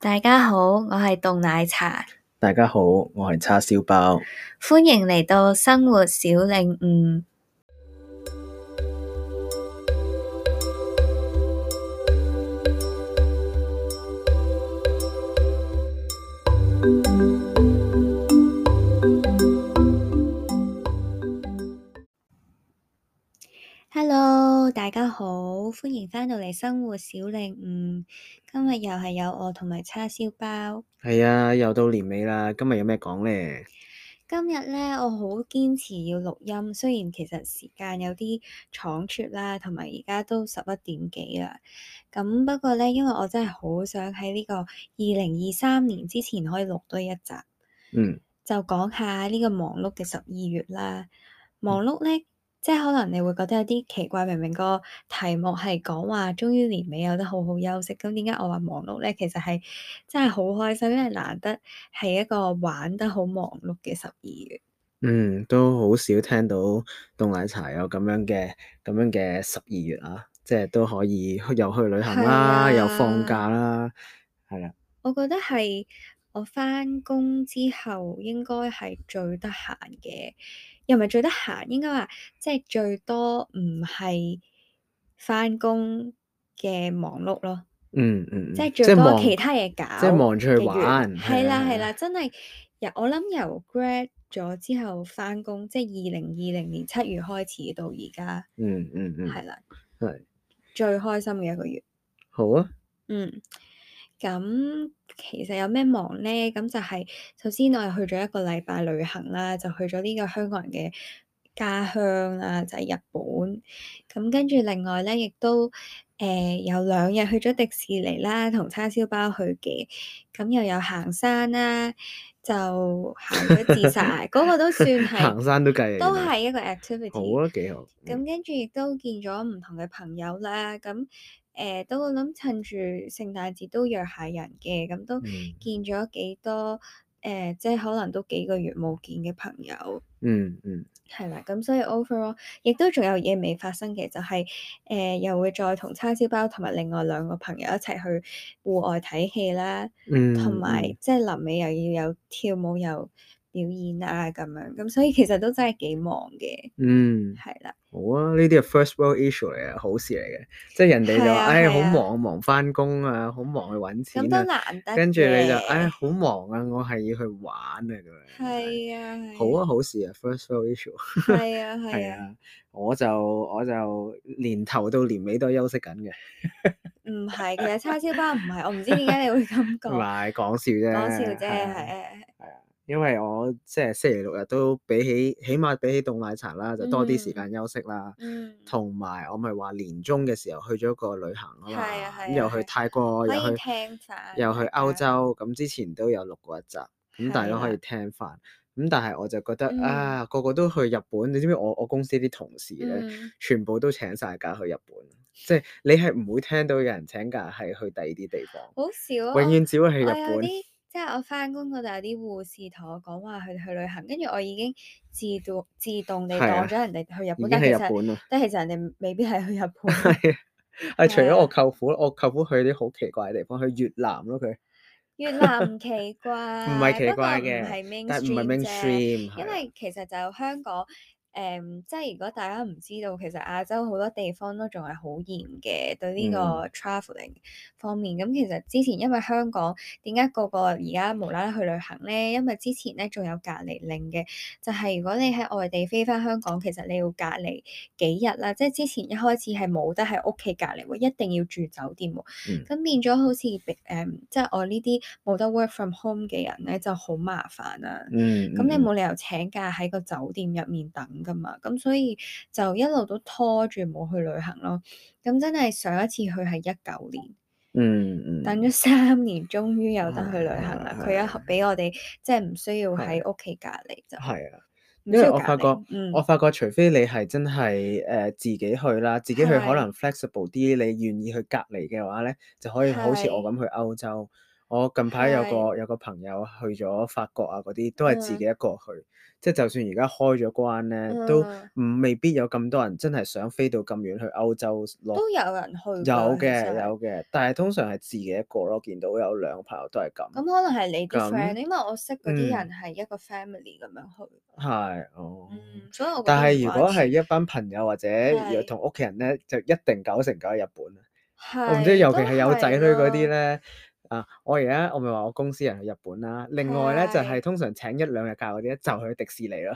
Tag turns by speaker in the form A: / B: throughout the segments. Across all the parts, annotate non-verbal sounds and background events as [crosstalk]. A: 大家好，我係凍奶茶，
B: 大家好，我係叉燒包。
A: 歡迎嚟到生活小領悟。Hello，大家好，歡迎返到嚟生活小領悟。今日又係有我同埋叉燒包。
B: 係啊，又到年尾啦，今日有咩講呢？
A: 今日咧，我好堅持要錄音，雖然其實時間有啲倉促啦，同埋而家都十一點幾啦。咁不過咧，因為我真係好想喺呢個二零二三年之前可以錄多一集，
B: 嗯，
A: 就講下呢個忙碌嘅十二月啦。忙碌咧，即係可能你會覺得有啲奇怪，明明個題目係講話終於年尾有得好好休息，咁點解我話忙碌咧？其實係真係好開心，因為難得係一個玩得好忙碌嘅十二月。
B: 嗯，都好少聽到凍奶茶有咁樣嘅咁樣嘅十二月啊，即係都可以又去旅行啦，
A: 係
B: 又放
A: 啊
B: 假啦，係啦，
A: 我覺得係我返工之後應該係最得閒嘅，又唔係最得閒，應該話即係最多唔係返工嘅忙碌咯，
B: 嗯嗯
A: 即
B: 嗯，
A: 係
B: 即
A: 最
B: 係
A: 多
B: 忙，
A: 其他嘢
B: 即係
A: 搞
B: 忙住去
A: 嘅月。
B: 玩，係
A: 係
B: 啊
A: 啦係
B: 係啊，
A: 啦，真係由我諗由 grad 咗之後返工，即係二零二零年七月開始到而家，
B: 嗯嗯嗯，
A: 係啦，
B: 係
A: 最開心嘅一個月。
B: 好啊，
A: 嗯，咁其實有咩忙呢？咁就係、首先我係去咗一個禮拜旅行啦，就去咗呢個香港人嘅家鄉啦，就係、日本。咁跟住另外呢，亦都誒、呃有兩日去咗迪士尼啦，同叉燒包去嘅。咁又有行山啦，就行咗
B: [laughs]
A: 自殺，嗰個都算係
B: 行山都計啊，原
A: 都
B: 來
A: 係一個
B: 好
A: activity。
B: 啊，幾好，嗯
A: 咁跟住亦都見咗唔同嘅朋友啦，咁誒、呃都諗趁住聖誕節都約下人嘅，咁都
B: 嗯
A: 見咗幾多誒、呃即係可能都幾個月冇見嘅朋友，
B: 嗯嗯，
A: 係啦，咁所以 overall 亦都仲有嘢未發生嘅，就係、呃又會再同叉燒包同埋另外兩個朋友一齊去戶外睇戲啦，同
B: 嗯
A: 埋
B: 嗯
A: 即係臨尾又要有跳舞又表演啊咁樣，咁所以其實都真係幾忙嘅，
B: 嗯。
A: 係啦。
B: 好啊，呢啲係 first world issue 嚟嘅，好事嚟嘅。即係人哋就
A: 係
B: 話，
A: 啊，
B: 唉，
A: 係
B: 好
A: 啊，
B: 忙忙翻工啊，好忙去揾
A: 咁
B: 錢
A: 都
B: 啊，
A: 難得
B: 跟住你就，唉，
A: 嘅，
B: 好忙啊，我係要去玩啊咁樣，真係
A: 係啊，
B: 好
A: 係
B: 啊，
A: 啊，
B: 好事啊，first world issue。
A: 係啊，係
B: 係
A: 啊，
B: 啊，我就我就年頭到年尾都係休息緊嘅，
A: 唔係，
B: [laughs]
A: 其實叉燒包唔係，我唔知點解你會咁
B: 唔
A: 講，
B: 係講笑
A: 講笑
B: 啫，
A: 啫，係
B: 係
A: 係，係
B: 啊。係啊，因為我即係星期六日都比起，起碼比起凍奶茶啦，就多啲時
A: 嗯
B: 間休息啦。
A: 嗯，
B: 同埋我咪話年中嘅時候去咗個旅行啊
A: 係啊，
B: 嘛，咁
A: 係
B: 又
A: 啊，
B: 去
A: 係，
B: 泰國，
A: 可
B: 又
A: 以
B: 去
A: 聽返嗯
B: 又去
A: 大家，
B: 歐洲，咁之前都有錄過一集，咁大
A: 係
B: 家可以
A: 啦，
B: 聽翻。咁但係我就覺得
A: 嗯
B: 啊，個個都去日本，你知唔知我我公司啲同事咧，
A: 嗯，
B: 全部都請晒假去日本，即係你係唔會聽到有人請假係去第二啲地方，
A: 好少
B: 永
A: 啊，
B: 遠只會去
A: 我我
B: 日
A: 有
B: 本。
A: 啲。即係我翻工嗰度有啲護士同我講話佢哋去旅行，跟住我已經自動自動地
B: 係
A: 當
B: 啊。
A: 咗人哋去日
B: 已
A: 本，
B: 經
A: 但其
B: 喺日
A: 實啊
B: 本啦，
A: 但其實人哋未必係去日本咯，
B: 係係除
A: 係
B: 咗我
A: 啊。
B: 舅父，我舅父去啲好奇怪嘅地方，去越南咯，佢
A: 越南唔奇
B: 唔係
A: 怪，
B: 奇
A: 不過
B: 怪
A: 唔
B: 嘅，
A: 係
B: 但係唔係
A: mainstream 啫，
B: mainstream
A: 因
B: 係啊，
A: 為其實就香港，誒、即係如果大家唔知道，其實亞洲好多地方都仲係好嚴嘅對呢
B: 嗯
A: 個 travelling 方面。咁其實之前因為香港點解個個而家無啦啦去旅行咧？因為之前咧仲有隔離令嘅，就係、如果你喺外地飛翻香港，其實你要隔離幾日啦。即係之前一開始係冇得喺屋企隔離喎，一定要住酒店喎。
B: 嗯
A: 咁變咗好似誒、嗯即係我呢啲冇得 work from home 嘅人咧，就好麻煩啊啦。
B: 嗯
A: 咁
B: 嗯
A: 你
B: 嗯，
A: 冇理由請假喺個酒店入面等噶嘛，咁所以就一路都拖住冇去旅行咯。咁真係上一次去係一九年，
B: 嗯
A: 等
B: 嗯，
A: 咗三年，終於有
B: 係
A: 得去旅行啦。佢
B: 係
A: 一俾我哋即係唔需要
B: 係
A: 喺屋企隔離就，
B: 係啊，
A: 唔
B: 因
A: 需
B: 為
A: 要
B: 我
A: 隔
B: 發覺
A: 離。嗯，
B: 我發覺，除非你係真係誒、呃自己去啦，自己去可
A: 係
B: 能 flexible 啲，你願意去隔離嘅話咧，就可以好似我
A: 係
B: 咁去歐洲。我近排有個
A: 係。
B: 有個朋友去咗法國啊，嗰啲都係自己
A: 嗯。
B: 一個去，即係就算而家開咗關咧，都
A: 嗯。
B: 唔未必有咁多人真係想飛到咁遠去歐洲落。
A: 都有人去
B: 有
A: 㗎，其
B: 嘅
A: 實。
B: 有嘅，但係通常係自己一個咯，見到有兩個朋友都係咁，
A: 咁可能係你啲 friend，
B: 咁
A: 因為我識嗰啲
B: 嗯。
A: 人係一個 family 咁樣去。
B: 係，哦。
A: 嗯，所以我覺得
B: 但
A: 唔
B: 係如
A: 關
B: 果
A: 事。
B: 係一班朋友或者有
A: 係。
B: 同屋企人咧，就一定九成九係日本啊。我唔知，
A: 係，
B: 尤
A: 都
B: 其係有仔
A: 係
B: 女嗰啲
A: 啦。
B: 咧，啊，我而家我咪話我公司人去日本啦，另外咧就係
A: 係。
B: 通常請一兩日假嗰啲咧，就去迪士尼咯，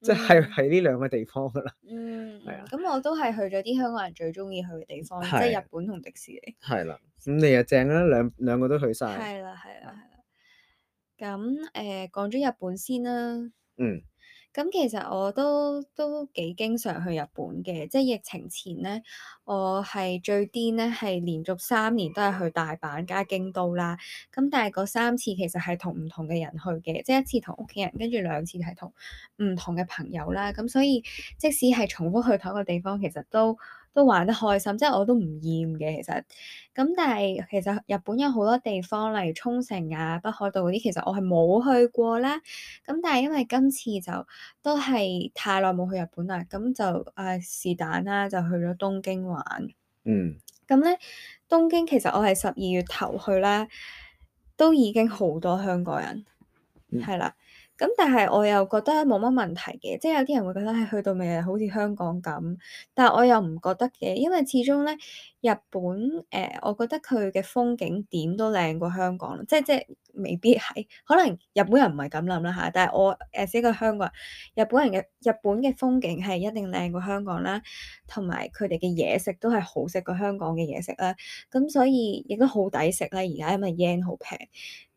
B: 即係
A: 嗯。
B: 係呢兩個地方㗎啦，
A: 嗯
B: 係
A: 嗯，
B: 啊。
A: 咁我都係去咗啲香港人最鍾意去嘅地方，即係
B: 係。
A: 日本同迪士尼。
B: 係啦，咁你又正啦，兩兩個都去晒，
A: 係啦係啦
B: 啊。
A: 係啦。咁，誒，講咗日本先啦。
B: 嗯。
A: 咁其實我都都幾經常去日本嘅，即係疫情前咧，我係最癲咧係連續3年都係去大阪加京都啦。咁但係嗰3次其實係同唔同嘅人去嘅，即係一次同屋企人，跟住兩次係同唔同嘅朋友啦。咁所以即使係重複去同一個地方，其實都都玩得開心，即係我都唔厭嘅其實。咁但係其實日本有好多地方，例如沖繩啊、北海道嗰啲，其實我係冇去過啦。咁但係因為今次就都係太耐冇去日本啦，咁就，唉，是但啦，就去咗東京玩。
B: 嗯。
A: 咁咧，東京其實我係12月頭去啦，都已經好多香港人，
B: 嗯。
A: 係啦。咁但係我又覺得冇乜問題嘅，即係有啲人會覺得，唉，去到咪係好似香港咁，但係我又唔覺得嘅，因為始終咧日本，誒，我覺得佢嘅風景點都靚過香港，即係即係未必係，可能日本人唔係咁諗啦吓，但係我 as 一個香港人，日本人嘅日本嘅風景係一定靚過香港啦，同埋佢哋嘅嘢食都係好食過香港嘅嘢食啦，咁所以亦都好抵食啦，而家因為 yen 好平，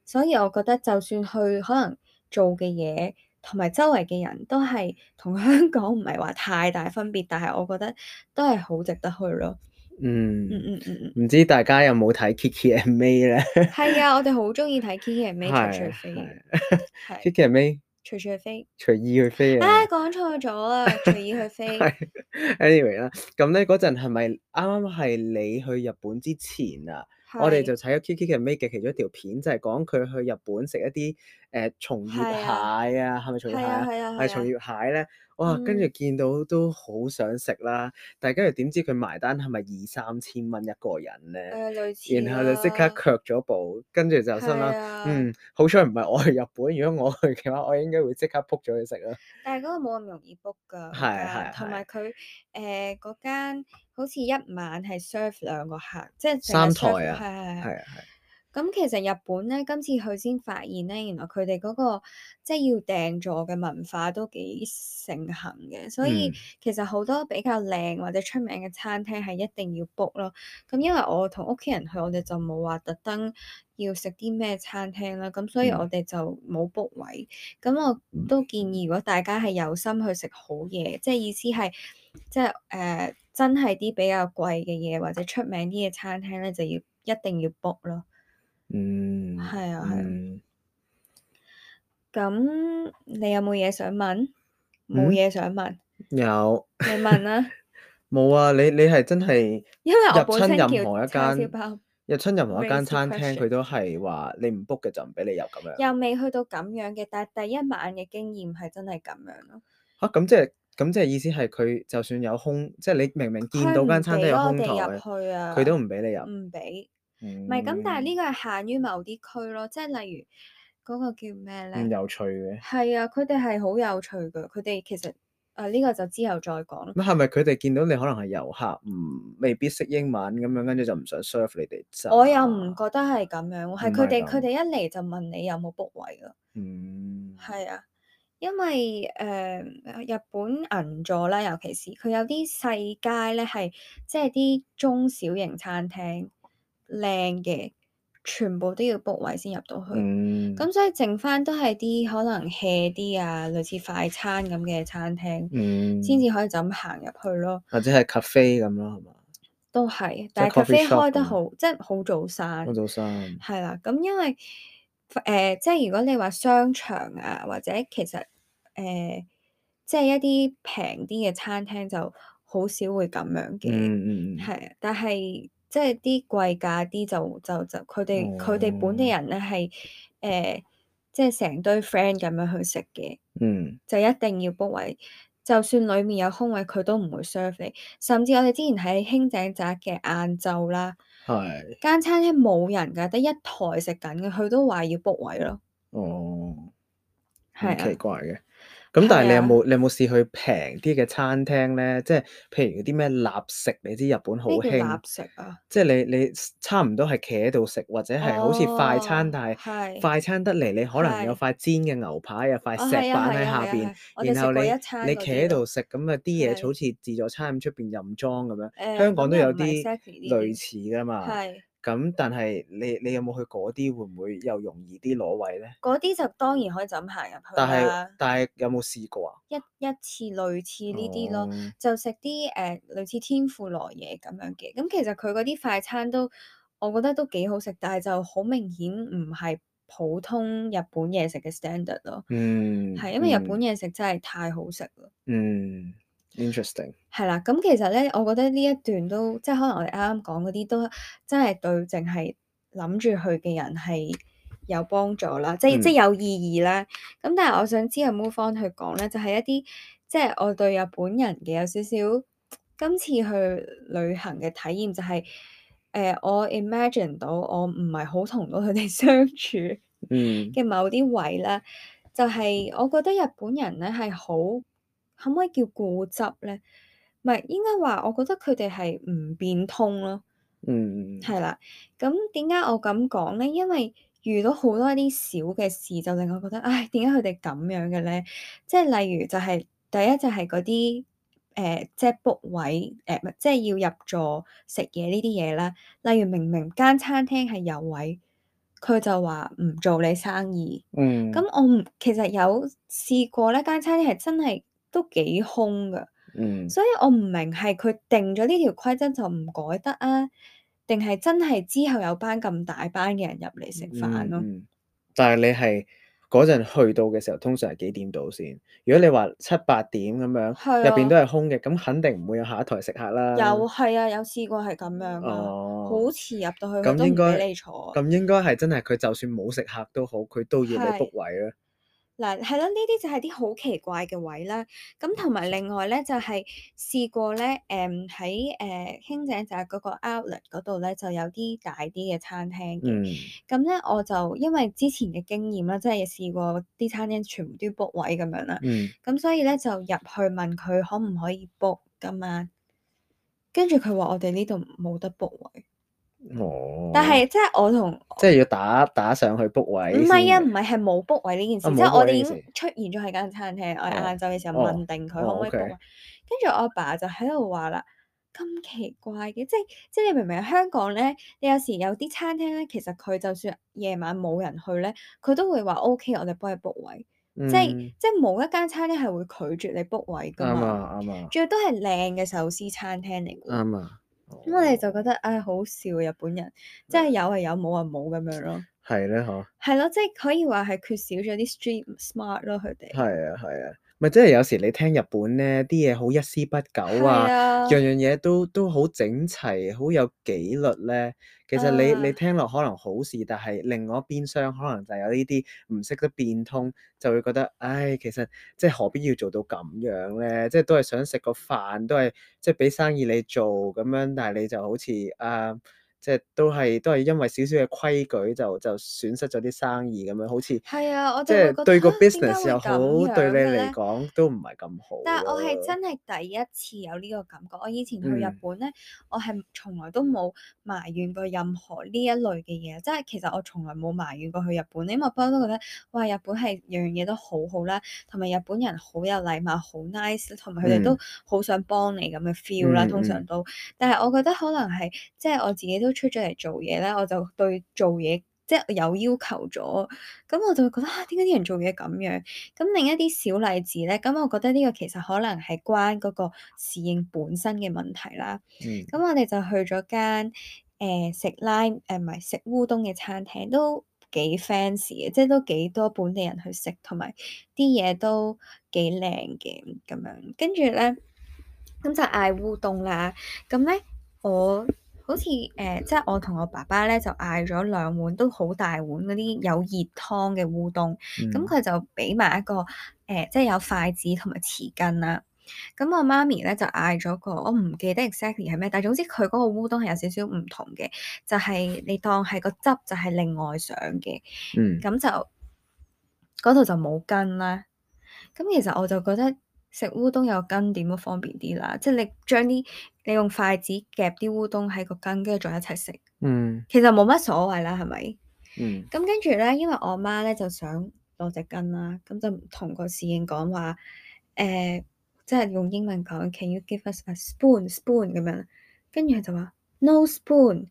A: 所以我覺得就算去可能做嘅嘢同埋周圍嘅人都係同 [laughs] 香港唔係話太大分別，但係我覺得都係好值得去咯。嗯
B: 嗯，
A: 嗯嗯嗯。
B: 唔知大家有冇睇 Kiki and May 咧？
A: 係啊，我哋好鍾意睇 Kiki and May 徐徐
B: 係
A: 飛，
B: 係
A: 係，
B: ，Kiki and May
A: 徐徐飛。
B: 隨意去飛
A: 啊，
B: 啊！
A: 講錯咗啦，隨意去飛。
B: [laughs] 係，anyway 啦，咁咧嗰陣係咪啱啱係你去日本之前啊，我哋就
A: 係。
B: 睇咗 Kiki and May 嘅其中一條片，就係講佢去日本食一啲，誒，松葉
A: 係啊，
B: 蟹啊，係咪松葉蟹
A: 係啊
B: 啊？
A: 係啊
B: 係
A: 係
B: 松
A: 啊。
B: 葉蟹咧，哇！跟住
A: 嗯。
B: 見到都好想食啦，但係跟住點知佢埋單係咪二三千蚊一個人咧？
A: 誒，類似
B: 然後就即刻
A: 啦。
B: 卻咗步，跟住就心
A: 係
B: 諗，
A: 啊。
B: 嗯，好彩唔係我去日本，如果我去嘅話，我應該會即刻 book 咗去食啦。
A: 但係嗰個冇咁容易 book 㗎，嗰
B: 係
A: 間，
B: 係
A: 同埋
B: 係。
A: 佢，誒，嗰間好似一晚係 serve 兩個客，即係淨係
B: 3台
A: serve 係
B: 啊，
A: 係係。
B: 係啊係。
A: 咁其實日本咧，今次去先發現咧，原來佢哋嗰個即係要訂座嘅文化都幾盛行嘅，所以
B: 嗯。
A: 其實好多比較靚或者出名嘅餐廳係一定要 book 咯。咁因為我同屋企人去，我哋就冇話特登要食啲咩餐廳啦，咁所以我
B: 嗯。
A: 哋就冇 book 位。咁我都建議，如果大家係有心去食好嘢，即係意思係，即係，誒，真係啲比較貴嘅嘢或者出名啲嘅餐廳咧，就要一定要 book 咯。
B: 嗯，
A: 係啊，係啊。
B: 嗯。
A: 咁你有冇嘢想問？冇
B: 嗯？
A: 嘢想問？
B: 有。
A: 你問啦。
B: 冇啊，你你係真係
A: 因為
B: 入
A: 我本
B: 親
A: 身
B: 任
A: 叫
B: 何一
A: 叉燒
B: 間
A: 包
B: 入親任何一間
A: ，raise the
B: 餐廳，佢
A: question。
B: 都係話你唔 book 嘅就唔俾你入咁樣。
A: 又未去到咁樣嘅，但係第一晚嘅經驗係真係咁樣咯。
B: 吓，啊咁即係咁即係意思係佢就算有空，即係你明明見
A: 佢
B: 到間
A: 唔
B: 餐廳
A: 俾
B: 有
A: 我
B: 空
A: 哋
B: 台，
A: 入去
B: 佢都
A: 啊，
B: 唔俾你入。
A: 唔俾。唔係咁，但係
B: 嗯。
A: 呢個係限於某啲區咯，即係例如嗰個叫咩
B: 咁
A: 咧？
B: 嗯有趣嘅。
A: 係啊，佢哋係好有趣㗎，佢哋其實啊，呢個就之後再講啦。
B: 咁係咪佢哋見到你可能係遊客，唔未必識英文咁樣，跟住就唔想 serve 你哋咋？
A: 我又唔覺得係咁樣喎，
B: 啊唔
A: 係佢
B: 係
A: 哋佢
B: 咁。
A: 哋一嚟就問你有冇 book 位咯。
B: 嗯。
A: 係啊，因為，誒，日本銀座啦，尤其是佢有啲細街咧，係即係啲中小型餐廳，靚嘅，全部都要 book 位先入到去。
B: 嗯。
A: 咁所以剩返都係啲可能 hea 啲啊，類似快餐咁嘅餐廳，先
B: 嗯。
A: 至可以就咁行入去咯。
B: 或者係 cafe 咁咯，係嘛？
A: 都係，
B: 即係
A: 但係 cafe
B: coffee shop
A: 開
B: 咁
A: 得
B: 樣。
A: 好即係好早閂，
B: 好早閂。
A: 係啦。咁因為，誒，即係如果你話商場啊，或者其實，誒，即係一啲平啲嘅餐廳就好少會咁樣嘅，
B: 嗯嗯嗯。
A: 係啊。但係即係啲貴價啲就就就佢哋佢哋本地人咧係誒，即係成堆 friend 咁樣去食嘅，
B: 嗯，
A: 就一定要 book 位。就算裡面有空位，佢都唔會 serve 你。甚至我哋之前喺興井宅嘅晏晝啦，
B: 係，
A: 間餐廳冇人㗎，得一台食緊嘅，佢都話要 book 位咯。
B: 哦，
A: 係
B: 咁奇
A: 啊，
B: 怪嘅。咁但係你有
A: 係啊
B: 冇你有冇試去平啲嘅餐廳咧？即係譬如嗰啲咩立食，你知日本好
A: 咩叫
B: 興
A: 立，食啊？
B: 即係你你差唔多係企喺度食，或者係好似快餐，
A: 哦，
B: 但係
A: 係。
B: 快餐得嚟你可能有
A: 係
B: 塊煎嘅牛排，有塊
A: 哦，
B: 石
A: 係啊，
B: 板
A: 係
B: 喺
A: 啊，
B: 下
A: 係啊，
B: 邊，
A: 係。我哋
B: 然
A: 食
B: 後
A: 過
B: 你
A: 一餐
B: 你
A: 嗰
B: 企喺
A: 啲
B: 度
A: 咯。
B: 食，咁啊啲嘢就好
A: 係。
B: 似自助餐咁出邊任裝咁樣。
A: 誒，
B: 香港
A: 咁
B: 都
A: 又
B: 有
A: 唔係
B: 啲
A: exactly 呢
B: 類
A: 啲。
B: 似啊㗎嘛。
A: 係。
B: 咁但係你你有冇去嗰啲會唔會又容易啲攞位咧？
A: 嗰啲就當然可以就咁行入去
B: 但係
A: 啦。
B: 但係有冇試過啊？
A: 一一次類似呢啲咯，
B: 哦，
A: 就食啲誒類似天婦羅嘢咁樣嘅。咁其實佢嗰啲快餐都，我覺得都幾好食，但係就好明顯唔係普通日本嘢食嘅 standard 咯。
B: 嗯
A: 係因為日本
B: 嗯
A: 嘢食真係太好食啦。
B: 嗯，interesting，
A: 係啦，咁其實咧，我覺得呢一段都即係可能我哋啱啱講嗰啲都真係對淨係諗住去嘅人係有幫助啦，即係即
B: 嗯
A: 係有意義啦。咁但係我想知阿 Move On 去講咧，就係、一啲即係我對日本人嘅有少少今次去旅行嘅體驗就係、呃我 imagine 到我唔係好同到佢哋相處
B: 嗯
A: 嘅某啲位啦，就係、我覺得日本人咧係好可唔可以叫固執咧？唔係應該話，我覺得佢哋係唔變通咯，
B: 嗯
A: 係啦。咁點解我咁講咧？因為遇到好多一啲小嘅事，就令我覺得，唉，點解佢哋咁樣嘅咧？即係例如就係、第一就係嗰啲誒，即係 book 位誒、唔係即係要入座食嘢呢啲嘢啦。例如明明間餐廳係有位，佢就話唔做你生意。咁
B: 嗯
A: 我唔其實有試過呢間餐廳係真係都幾空㗎。
B: 嗯
A: 所以我唔明係佢定咗呢條規則就唔改得啊，定係真係之後有班咁大班嘅人入嚟食飯
B: 嗯
A: 咯？
B: 嗯，但係你係嗰陣去到嘅時候，通常係幾點到先？如果你話七八點咁樣，
A: 係
B: 嗯入邊都
A: 啊，
B: 係空嘅，咁肯定唔會有下一台食客
A: 有
B: 啦。
A: 係啊，有試過係咁樣
B: Ờ.
A: 啊，好
B: 哦，
A: 遲入到去佢
B: 咁
A: 都
B: 應
A: 唔
B: 該，
A: 俾你坐啊，
B: 咁應該係真係佢就算冇食客都好，佢都要你 book
A: 係。
B: 位啦。
A: 嗱，係咯，呢啲就係啲好奇怪嘅位啦。咁同埋另外咧，就係、試過咧，誒喺誒興井就係嗰個 outlet 嗰度咧，就有啲大啲嘅餐廳嘅。
B: 嗯
A: 咁咧，我就因為之前嘅經驗啦，即係試過啲餐廳全部都要 book 位咁樣啦。
B: 嗯
A: 咁所以咧就入去問佢可唔可以 book 今晚，跟住佢話我哋呢度冇得 book 位。但
B: 哦，
A: 係即係我同
B: 即係要打打上去 book
A: 唔
B: 位先
A: 係啊，
B: 嘅。
A: 唔係係冇 book 位呢件
B: 啊，
A: 事，即
B: 冇
A: 係
B: book
A: 我哋
B: 位
A: 已
B: 呢件
A: 經
B: 事。
A: 出現咗喺間餐廳，我哋
B: 哦
A: 晏晝嘅時候問
B: 哦
A: 定佢可
B: 哦
A: 唔可以 book 啊
B: ，OK，
A: 位，跟住我阿爸就喺度話啦。咁奇怪嘅，即係即係你明唔明啊？香港咧，你有時有啲餐廳咧，其實佢就算夜晚冇人去咧，佢都會話 O K，我哋幫你 book 位，即係
B: 嗯，
A: 即係冇一間餐廳係會拒絕你 book 位噶
B: 啱
A: 嘛，
B: 啊啱啊
A: 仲要都係靚嘅壽司餐廳嚟嘅喎。
B: 啱啊，
A: 咁我哋就
B: 哦，
A: 覺得唉、好笑日本人，即
B: 嗯
A: 係有係有，冇係冇咁樣咯。
B: 係咧嗬，
A: 係咯，即係可以話係缺少咗啲 street smart 咯，佢哋。
B: 係啊係啊，咪即係有時你聽日本咧啲嘢好一絲不苟
A: 係啊，
B: 啊，樣樣嘢都都好整齊，好有紀律咧。其實你你
A: 啊，
B: 聽落可能好事，但係另外一邊廂可能就有呢啲唔識得變通，就會覺得唉，其實即係何必要做到咁樣咧？即係都係想食個飯，都係即係俾生意你做咁樣，但係你就好似啊〜即係都係都係因為少少嘅規矩就就損失咗啲生意咁樣，好似
A: 係啊，我
B: 即
A: 哋會
B: 係
A: 覺得
B: 對個
A: 吓，點解
B: business
A: 會
B: 又
A: 咁
B: 好，對
A: 樣
B: 你
A: 嘅
B: 嚟
A: 咧？
B: 講都唔係咁好啊
A: 但係我係
B: 咯。
A: 真係第一次有呢個感覺。我以前去日
B: 嗯
A: 本咧，我係從來都冇埋怨過任何呢一類嘅嘢，即係其實我從來冇埋怨過去日本，因為我不嬲都覺得哇，日本係樣樣嘢都好好啦，同埋日本人好有禮貌，好 nice，同埋佢哋都
B: 嗯
A: 好想幫你咁嘅 feel 啦，
B: 嗯
A: 通常
B: 嗯
A: 都。但係我覺得可能係即係我自己都出咗嚟做嘢咧，我就對做嘢。即係有要求咗，咁我就會覺得啊，點解啲人做嘢咁樣？咁另一啲小例子咧，咁我覺得呢個其實可能係關嗰個侍應本身嘅問題啦。咁
B: 嗯
A: 我哋就去咗間誒食拉誒唔係食烏冬嘅餐廳，都幾 fancy 嘅，即係都幾多本地人去食，同埋啲嘢都幾靚嘅咁樣。跟住咧，咁就嗌烏冬啦。咁咧，我好似誒、呃即係我同我爸爸咧就嗌咗兩碗都好大碗嗰啲有熱湯嘅烏冬，咁
B: 嗯
A: 佢就俾埋一個誒、呃即係有筷子同埋匙羹啦。咁我媽咪咧就嗌咗個，我唔記得 exactly 係咩，但係總之佢嗰個烏冬係有少少唔同嘅，就係、你當係個汁就係另外上嘅，
B: 嗯
A: 咁就嗰度就冇羹啦。咁其實我就覺得食烏冬有羹點都方便啲啦，即係你將啲你用筷子夾啲烏冬喺個羹，跟住再一齊食，
B: 嗯
A: 其實冇乜所謂啦，係咪？
B: 嗯
A: 咁跟住咧，因為我媽咧就想攞隻羹啦，咁就同個侍應講話，誒、呃即係用英文講，Can you give us a spoon spoon 咁樣？跟住佢就話 no spoon。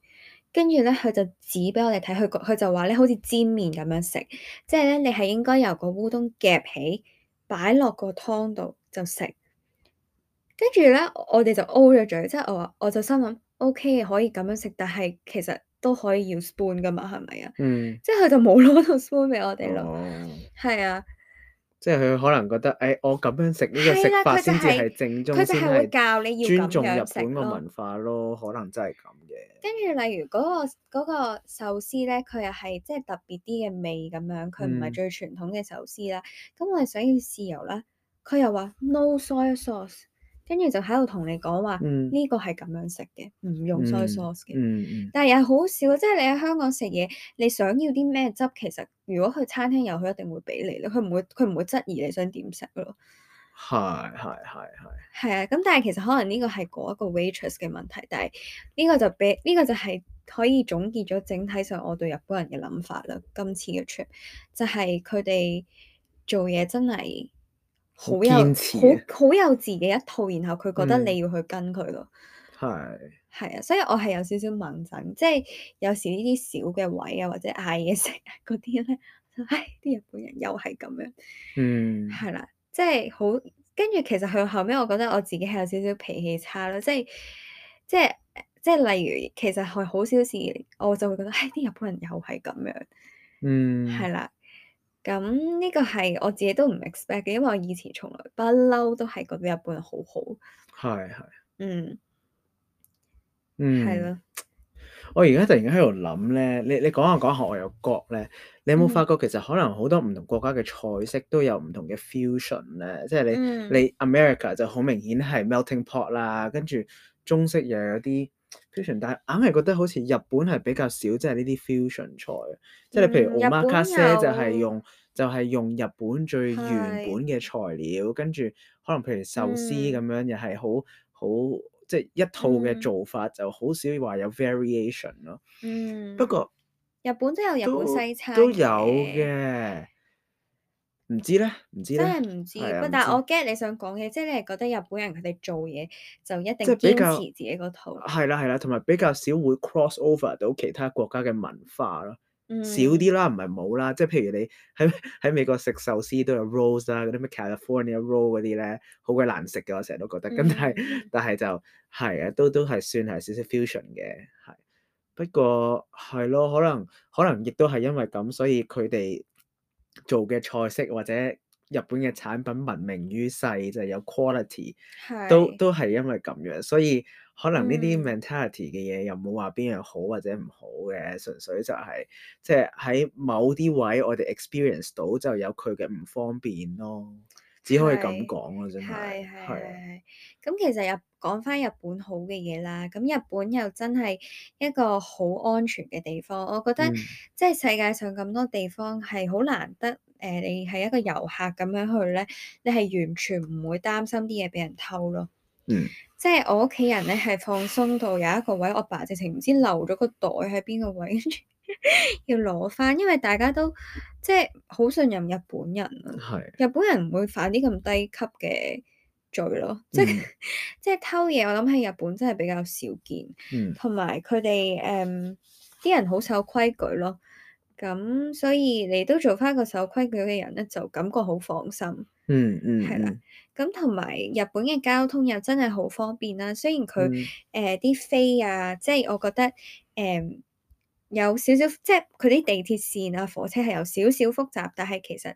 A: 跟住咧，佢就指俾我哋睇，佢個佢就話咧，好似煎麵咁樣食，即係咧，你係應該由個烏冬夾起，擺落個湯度就食。跟住咧，我哋就 O 咗嘴，即係我話，我就心諗，OK 可以咁樣食，但係其實都可以要 spoon 噶嘛，係咪啊？
B: 嗯，
A: 即係佢就冇攞到 spoon 俾我哋咯。
B: 哦，
A: 係啊，
B: 即係佢可能覺得，誒、哎我咁樣食呢個
A: 係
B: 食
A: 啦，
B: 法
A: 佢就
B: 先至
A: 係
B: 係正宗，
A: 佢就
B: 先
A: 係會
B: 係
A: 教你要
B: 尊
A: 咁
B: 重日
A: 樣食
B: 本嘅
A: 咯。
B: 文化咯，可能真係咁嘅。
A: 跟住例如嗰、個嗰、個壽司咧，佢又係即係特別啲嘅味咁樣，佢唔係
B: 嗯
A: 最傳統嘅壽司啦。咁我哋想要豉油啦，佢又話 no soy sauce，跟住就喺度同你講話
B: 嗯
A: 呢個係咁樣食嘅，唔用 soy
B: 嗯
A: sauce 嘅。
B: 嗯嗯
A: 但係又好少，即係你喺香港食嘢，你想要啲咩汁，其實如果去餐廳有，佢一定會俾你咯。佢唔會佢唔會質疑你想點食咯。
B: 係係係係。
A: 係啊，咁但係其實可能呢個係嗰一個 waitress 嘅問題，但係呢個就俾呢、個就係可以總結咗整體上我對日本人嘅諗法啦。今次嘅 trip 就係佢哋做嘢真係
B: 好
A: 好有
B: 堅持啊
A: 好好有自己一套，然後佢覺得
B: 嗯
A: 你要去跟佢咯。
B: 係，
A: 係啊，所以我係有少少掹憎，即係有時呢啲小嘅位啊，或者嗌嘢食啊嗰啲咧，就唉啲日本人又係咁樣，
B: 嗯
A: 係啦，即係好跟住其實佢後尾，我覺得我自己係有少少脾氣差咯，即係即係即係例如其實係好小事，我就會覺得唉啲日本人又係咁樣，係
B: 嗯
A: 啦。咁呢個係我自己都唔 expect 嘅，因為我以前從來不嬲都係覺得日本人好好，
B: 係係，
A: 嗯，係
B: 嗯。
A: 咯，
B: 我而家突然間喺度諗咧，你你講下講下，我又覺咧，你有冇發
A: 嗯
B: 覺其實可能好多唔同國家嘅菜式都有唔同嘅 fusion 咧？即係你
A: 嗯
B: 你 America 就好明顯係 melting pot 啦，跟住中式又有啲 fusion，但係硬係覺得好似日本係比較少，即係呢啲 fusion 菜。即係你譬
A: 嗯，
B: 如
A: 日本
B: omakase 就係
A: 有。
B: 用就係用日本最原本
A: 係，
B: 嘅材料，跟住可能譬如壽司咁
A: 嗯
B: 樣，又係好好即係一套嘅
A: 嗯
B: 做法，就好少話有 variation 咯。不
A: 嗯，
B: 過
A: 日本都有日本
B: 都
A: 西餐
B: 都有
A: 嘅，
B: 嘅，唔知咧，唔知
A: 真
B: 咧，
A: 係唔知。
B: 係啊，
A: 不，
B: 唔
A: 但係
B: 知，
A: 我 get 你想講嘅，即係你係覺得日本人佢哋做嘢就一
B: 即
A: 定
B: 係比
A: 堅持
B: 較
A: 自己嗰套。
B: 係啦係啦，同埋比較少會 cross over 到其他國家嘅文化咯。少啲
A: 嗯
B: 啦，唔係冇啦，即係譬如你喺 [laughs] 喺美國食壽司都有 rolls 啦，嗰啲咩 California roll 嗰啲咧，好鬼難食嘅，我成日都覺得。咁但係
A: 嗯
B: 但係就係啊，都都係算係少少 fusion 嘅，係。不過係咯，可能可能亦都係因為咁，所以佢哋做嘅菜式或者日本嘅產品聞名於世，就係有 quality，都
A: 嗯係，
B: 都係因為咁樣，所以可能呢啲
A: 嗯
B: mentality 嘅嘢又冇話邊樣好或者唔好嘅，純粹就係即係喺某啲位我哋 experience 到就有佢嘅唔方便咯，只可以咁
A: 係
B: 講咯，真係
A: 係係係
B: 係啊，
A: 係。咁其實日講翻日本好嘅嘢啦，咁日本又真係一個好安全嘅地方。我覺得
B: 嗯
A: 即係世界上咁多地方係好難得。誒、你係一個遊客咁樣去咧，你係完全唔會擔心啲嘢俾人偷咯。
B: 嗯
A: 即係我屋企人咧係放鬆到有一個位，我爸直情唔知漏咗個袋喺邊個位，跟住 [laughs] 要攞翻，因為大家都即係好信任日本人啊。
B: 係
A: 日本人唔會犯啲咁低級嘅罪咯，即係
B: 嗯
A: [laughs] 即係偷嘢，我諗喺日本真係比較少見，
B: 嗯
A: 同埋佢哋誒啲人好守規矩咯。咁所以你都做翻個守規矩嘅人咧，就感覺好放心，
B: 嗯嗯
A: 係啦。
B: 嗯
A: 咁同埋日本嘅交通又真係好方便啦。雖然佢
B: 嗯
A: 誒呃啲飛啊，即係我覺得誒、嗯有少少，即係佢啲地鐵線啊、火車係有少少複雜，但係其實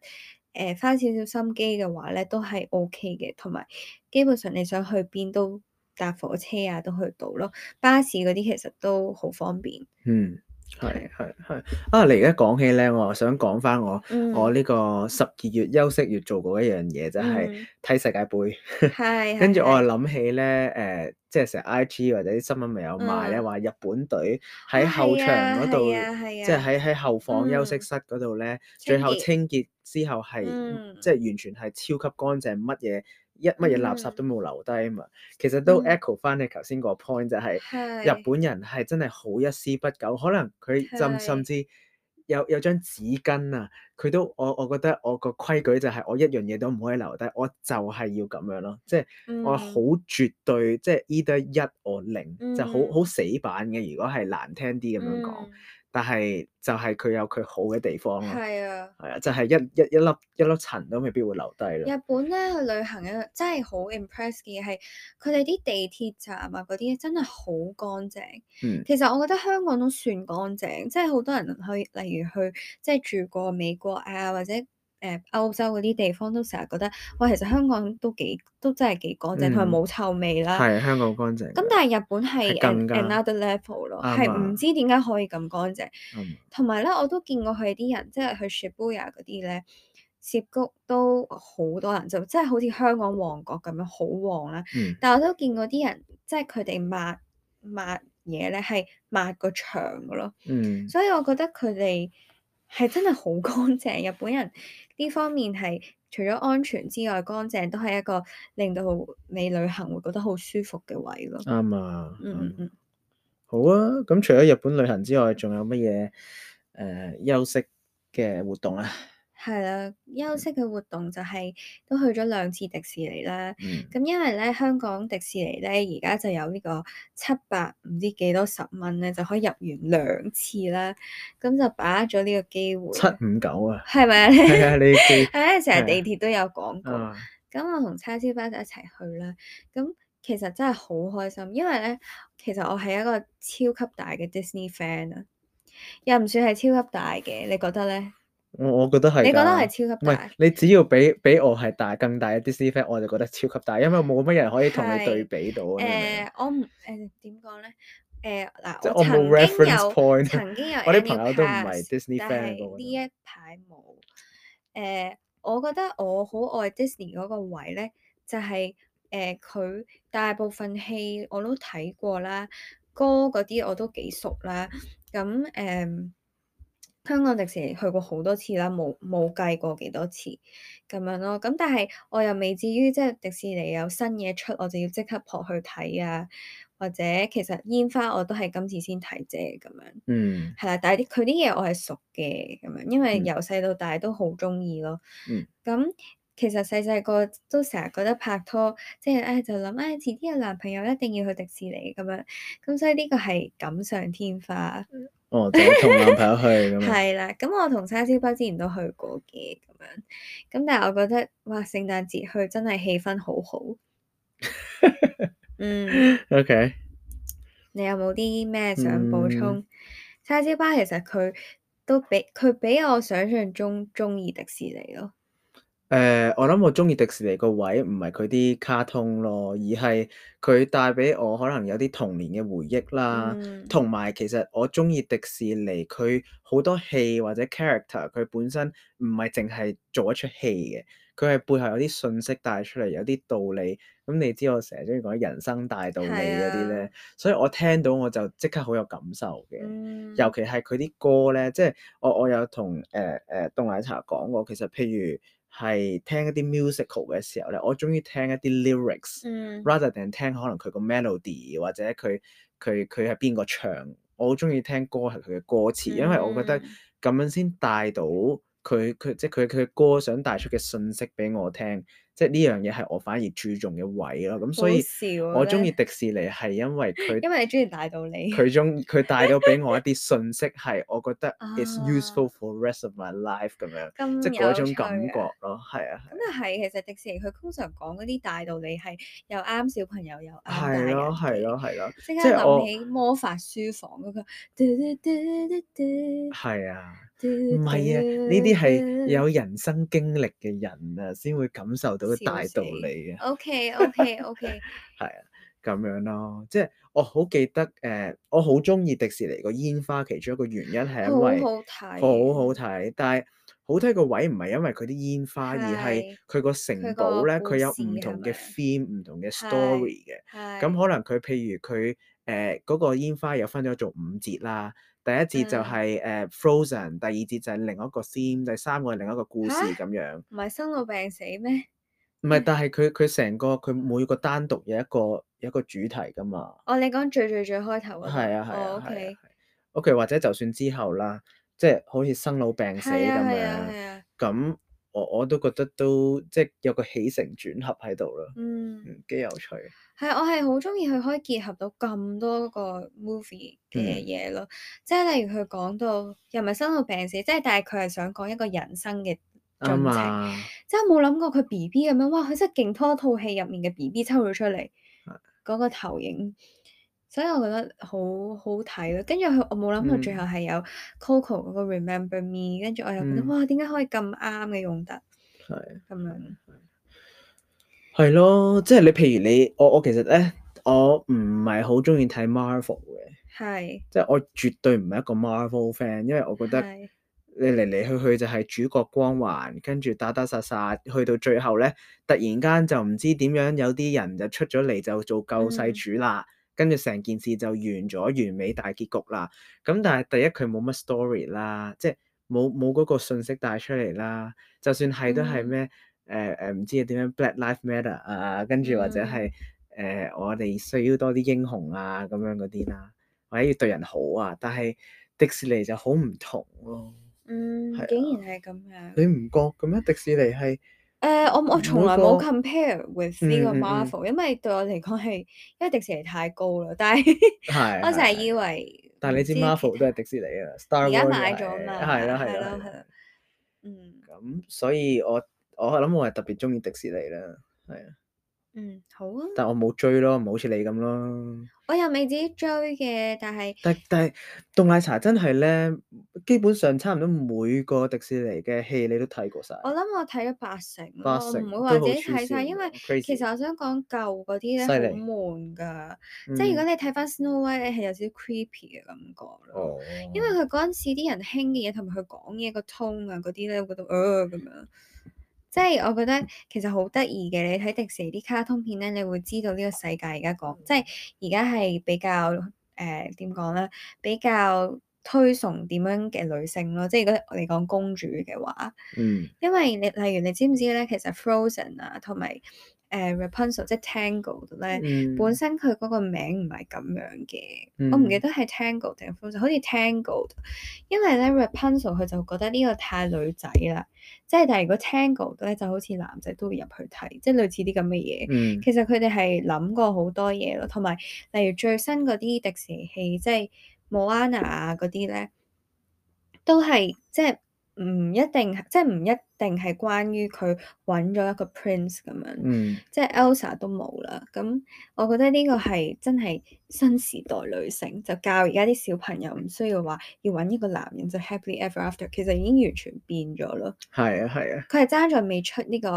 A: 呃誒花少少心機嘅話咧，都係 OK 嘅。同埋基本上你想去邊都搭火車啊都去到咯，巴士嗰啲其實都好方便。
B: 嗯，係係係啊！你而家講起咧，我又想講翻我
A: 嗯
B: 我呢個十二月休息月做過一樣嘢，就係、 [laughs]
A: 嗯
B: 睇世界盃。
A: 係，
B: 跟住我
A: 係
B: 又諗起咧，誒、即係成日 IG 或者啲新聞咪有賣咧，
A: 嗯啊
B: 話日本隊
A: 係
B: 喺後場嗰度，
A: 係啊係啊係啊
B: 即係喺喺後房休息
A: 嗯
B: 室嗰度咧，最後清
A: 清
B: 潔之後係、
A: 嗯
B: 即係完全係超級乾淨，乜嘢一乜嘢垃圾
A: 嗯
B: 都冇留低啊嘛。其實都
A: 嗯
B: echo 翻你頭先個 point 就係、
A: 係
B: 日本人係真係好一絲不苟，可能佢甚
A: 係
B: 甚至有有張紙巾啊，佢都我我覺得我個規矩就係我一樣嘢都唔可以留低，我就係要咁樣咯，即係我好
A: 嗯
B: 絕對，即係 either 一 or 零，就好
A: 嗯
B: 好死板嘅。如果係難聽啲咁樣講，
A: 嗯
B: 但係就係佢有佢好嘅地方咯，
A: 係啊。
B: 係啊，就係一一一粒一粒塵都未必會留低咯。
A: 日本咧去旅行咧，真係好 impress 嘅嘢係佢哋啲地鐵站啊嗰啲真係好乾淨。
B: 嗯
A: 其實我覺得香港都算乾淨，即係好多人去，例如去即係住過美國啊或者誒、呃、歐洲嗰啲地方，都成日覺得哇，其實香港都幾都真係幾乾淨，同埋
B: 嗯
A: 冇臭味啦。
B: 係香港乾淨嘅。
A: 咁但係日本係
B: 係
A: an-
B: 更加
A: another level 咯，
B: 啱
A: 係
B: 啊
A: 唔知點解可以咁乾淨。
B: 嗯
A: 同埋咧，我都見過佢啲人，即係去 Shibuya 嗰啲咧，涉谷都好多人，就即係好似香港旺角咁樣好旺啦。
B: 嗯
A: 但我都見過啲人，即係佢哋抹抹嘢咧，係抹個牆嘅咯。
B: 嗯
A: 所以我覺得佢哋係真係好乾淨。日本人呢方面係除咗安全之外，乾淨都係一個令到你旅行會覺得好舒服嘅位咯。
B: 啱啊。啱啊
A: 嗯嗯嗯，
B: 好啊，咁除咗日本旅行之外，仲有乜嘢誒休息嘅活動啊？
A: 係啦，休息嘅活動就係、都去咗兩次迪士尼啦。
B: 嗯
A: 咁因為咧，香港迪士尼咧而家就有呢個七百唔知幾多十蚊咧，就可以入園兩次啦。咁就把握咗呢個機會，
B: 七五九啊，
A: 係咪啊？ [laughs]
B: 係啊，你記
A: 係啊，成
B: 係啊
A: 日地鐵都有廣告。
B: 啊，
A: 咁我同叉燒包就一齊去啦。咁其實真係好開心，因為咧，其實我係一個超級大嘅 Disney fan 啊，又唔算係超級大嘅，你覺得咧？
B: 我我覺得係㗎。
A: 你覺得係超級
B: 唔係
A: 大？
B: 你只要比比我係大更大嘅 Disney fan，我就覺得超級大，因為冇乜人可以同你
A: 係
B: 對比到啊。
A: 誒、
B: 你明唔明
A: 我唔誒點講咧？誒、
B: 即
A: 嗱，
B: 係我
A: 我
B: 冇
A: 曾經
B: reference
A: 有
B: point
A: 曾經有
B: [laughs] 我啲
A: annual
B: 朋友都唔係
A: pass，
B: Disney
A: 但
B: fan 嗰個
A: 係呢一排冇。誒、我覺得我好愛 Disney 嗰個位咧，就係誒佢大部分戲我都睇過啦，歌嗰啲我都幾熟啦。咁誒、香港迪士尼去過好多次啦，冇冇計過幾多次咁樣咯。咁但係我又未至於即係迪士尼有新嘢出，我就要即刻撲去睇啊。或者其實煙花我都係今次先睇啫咁樣。
B: 嗯
A: 係啦，但係啲佢啲嘢我係熟嘅咁樣，因為
B: 嗯
A: 由細到大都好中意咯。
B: 嗯
A: 咁其實細細個都成日覺得拍拖，即係唉就諗唉，遲啲有男朋友一定要去迪士尼咁樣。咁所以呢個係錦上添花，
B: 哦，就係同男朋友去咁啊。
A: 係啦。咁我同叉燒包之前都去過嘅咁樣，咁但係我覺得哇，聖誕節去真係氣氛好
B: [laughs]
A: 好。嗯，
B: OK，
A: 你有冇啲咩想補
B: 嗯
A: 充？叉燒包其實佢都比佢比我想象中中意迪士尼咯。
B: 誒，呃我諗我中意迪士尼個位唔係佢啲卡通咯，而係佢帶俾我可能有啲童年嘅回憶啦。
A: 嗯，
B: 同埋其實我中意迪士尼，佢好多戲或者 character，佢本身唔係淨係做一出戲嘅，佢係背後有啲信息帶出嚟，有啲道理。咁你知我成日中意講人生大道理嗰啲
A: 係
B: 咧
A: 啊，
B: 所以我聽到我就即刻好有感受嘅。
A: 嗯，
B: 尤其係佢啲歌咧，即係我我有同誒誒凍奶茶講過，其實譬如係聽一啲 musical 嘅時候咧，我中意聽一啲 lyrics。
A: 嗯
B: rather than 聽可能佢個 melody 或者佢佢佢係邊個唱，我好中意聽歌係佢嘅歌詞，因為我覺得
A: 嗯
B: 咁樣先帶到佢佢即係佢佢嘅歌想帶出嘅信息俾我聽，即係呢樣嘢係我反而注重嘅位咯。咁所
A: 好
B: 以
A: 笑啊
B: 我中意
A: 咧
B: 迪士尼係
A: [laughs]
B: 因為佢
A: 因為你中意大道理。
B: 佢中佢帶到
A: [laughs]
B: 俾我一啲信息係我覺得 is
A: 啊
B: useful for rest of my life 咁樣，
A: 咁
B: 即係嗰
A: 有
B: 種
A: 趣
B: 感
A: 啊
B: 覺咯，係啊。
A: 咁啊係，其實迪士尼佢通常講嗰啲大道理係又啱小朋友又啱啊大
B: 係
A: 人
B: 咯，係咯，
A: 嘅，
B: 係咯，
A: 即刻
B: 即係我
A: 諗起魔法書房嗰個嘟嘟嘟嘟嘟
B: 係啊，
A: 嘟
B: 唔係啊，呢啲係
A: 嘟
B: 有人生經歷嘅人啊，先會感受到
A: 笑
B: 大道
A: 死
B: 理嘅，
A: OK OK OK，
B: 係啊。咁樣咯，即係我好記得誒、呃我好中意迪士尼個煙花，其中一個原因係因
A: 好
B: 為
A: 好睇，啊
B: 好好睇，但係好睇個位唔係因為佢啲煙花，而係
A: 係
B: 佢個
A: 佢
B: 城
A: 個
B: 堡咧，佢
A: 故
B: 有
A: 事
B: 唔
A: 係
B: 同嘅
A: 咪
B: theme、唔同嘅
A: 係
B: story 嘅。
A: 係
B: 咁可能佢譬如佢誒嗰個煙花又分咗做五節啦，第一節就
A: 嗯
B: 係誒 Frozen，第二節就係另一個 theme，第三個係另一個故事
A: 吓
B: 咁樣。
A: 唔係生老病死咩？
B: 唔
A: 嗯
B: 係，但係佢佢成個佢每個單獨有一個有一個主題噶嘛。
A: 哦，你講最最最開頭嗰度，
B: 係啊，係
A: 哦
B: 啊，係啊，
A: ，OK，
B: 係。OK，或者就算之後啦，即係好似生老病死
A: 係
B: 咁
A: 啊係啊
B: 樣，
A: 係啊，
B: 咁我我都覺得都即係有個起承轉合喺度啦，
A: 嗯。
B: 嗯，幾有趣。
A: 係，我係好中意佢可以結合到咁多個 movie 嘅
B: 嗯
A: 嘢咯，即係例如佢講到又唔係生老病死，即係但係佢係想講一個人生嘅
B: 啱
A: 進程，
B: 啊，
A: 即係冇諗過佢 B B 咁樣，哇！佢真係勁拖套戲入面嘅 B B 抽咗出嚟
B: 係
A: 嗰個投影，所以我覺得好好睇咯。跟住佢我冇諗到最後
B: 嗯
A: 係有 Coco 嗰個 Remember Me，跟住我又覺得
B: 嗯，
A: 哇，點解可以咁啱嘅用得
B: 係
A: 咁樣？
B: 係咯，即係你譬如你我我其實咧，我唔係好中意睇 Marvel 嘅，
A: 係
B: 即係我絕對唔係一個 Marvel fan，因為我覺得
A: 係
B: 你嚟嚟去去就係主角光環，跟住打打殺殺，去到最後咧，突然間就唔知點樣有啲人就出咗嚟就做救世
A: 嗯
B: 主啦，跟住成件事就完咗完美大結局啦。咁但係第一佢冇乜 story 啦，即係冇冇嗰個信息帶出嚟啦。就算係都係
A: 嗯
B: 咩誒誒唔知點樣 Black Life Matter 啊，跟住或者
A: 嗯
B: 係誒、呃我哋需要多啲英雄啊咁樣嗰啲啦。或者要對人好啊，但係迪士尼就好唔同咯，
A: 嗯，
B: 係
A: 竟
B: 啊，
A: 然係咁樣。
B: 你唔覺嘅咩？迪士尼係
A: 誒、呃我我從
B: 每
A: 來冇
B: 個
A: compare with 呢
B: 嗯
A: 個
B: 嗯嗯
A: Marvel，因為對我嚟講係因為迪士尼太高啦，但係
B: 係
A: [laughs] 我成
B: 係
A: 日
B: 係，
A: 以為
B: 但係你
A: 唔
B: 知
A: 知其
B: Marvel 都
A: 他
B: 係迪士尼啊，Star ờ,
A: 而家
B: Wars 又
A: 買咗啊
B: 係
A: 嘛，
B: 係啦係
A: 係咯
B: 啦係
A: 係
B: 啦，
A: 咯，嗯
B: 咁所以我我諗我係特別中意迪士尼啦，係啊，
A: 嗯好啊，
B: 但我冇追咯，唔好似你咁咯。
A: 我又未至於追嘅，但係
B: 但但係凍奶茶真係咧，基本上差唔多每個迪士尼嘅戲你都睇過晒，
A: 我諗我睇咗八成
B: 八
A: 咯，我唔
B: 成
A: 會話
B: 都
A: 自
B: 好
A: 己
B: 黐
A: 睇晒，因
B: 線
A: 為
B: 喎
A: 其實
B: ，crazy，
A: 我想講舊嗰啲咧
B: 犀
A: 好
B: 利，
A: 悶㗎，即係如果
B: 嗯。
A: 你睇翻 Snow White 係有少少 creepy 嘅感覺咯，因為
B: 哦，
A: 佢嗰陣時啲人興嘅嘢同埋佢講嘢個 tone 啊嗰啲咧，我覺得呃咁樣。即係我覺得其實好得意嘅，你睇迪士尼啲卡通片咧，你會知道呢個世界而家講，即係而家係比較誒點講咧，比較推崇點樣嘅女性咯。即係如果我哋講公主嘅話，
B: 嗯，
A: 因為你例如你知唔知咧，其實 Frozen 啊同埋誒 Rapunzel 即係 Tangled 咧，本
B: 嗯
A: 身佢嗰個名唔係咁樣嘅。我唔記
B: 嗯
A: 得係 Tangled 定 Frozen，好似 Tangled，因為咧 Rapunzel 佢就覺得呢個太女仔啦。即係但係如果 Tangled 咧，就好似男仔都會入去睇，即係類似啲咁嘅嘢。
B: 嗯
A: 其實佢哋係諗過好多嘢咯，同埋例如最新嗰啲迪士尼戲，即係莫安娜啊嗰啲咧，都係即係唔一定，即係唔一定係關於佢揾咗一個 prince 咁樣，
B: 嗯，
A: 即係 Elsa 都冇啦。咁我覺得呢個係真係新時代女性，就教而家啲小朋友唔需要話要揾一個男人就 happily ever after，其實已經完全變咗咯。
B: 係啊係啊，
A: 佢係爭在未出呢、個誒、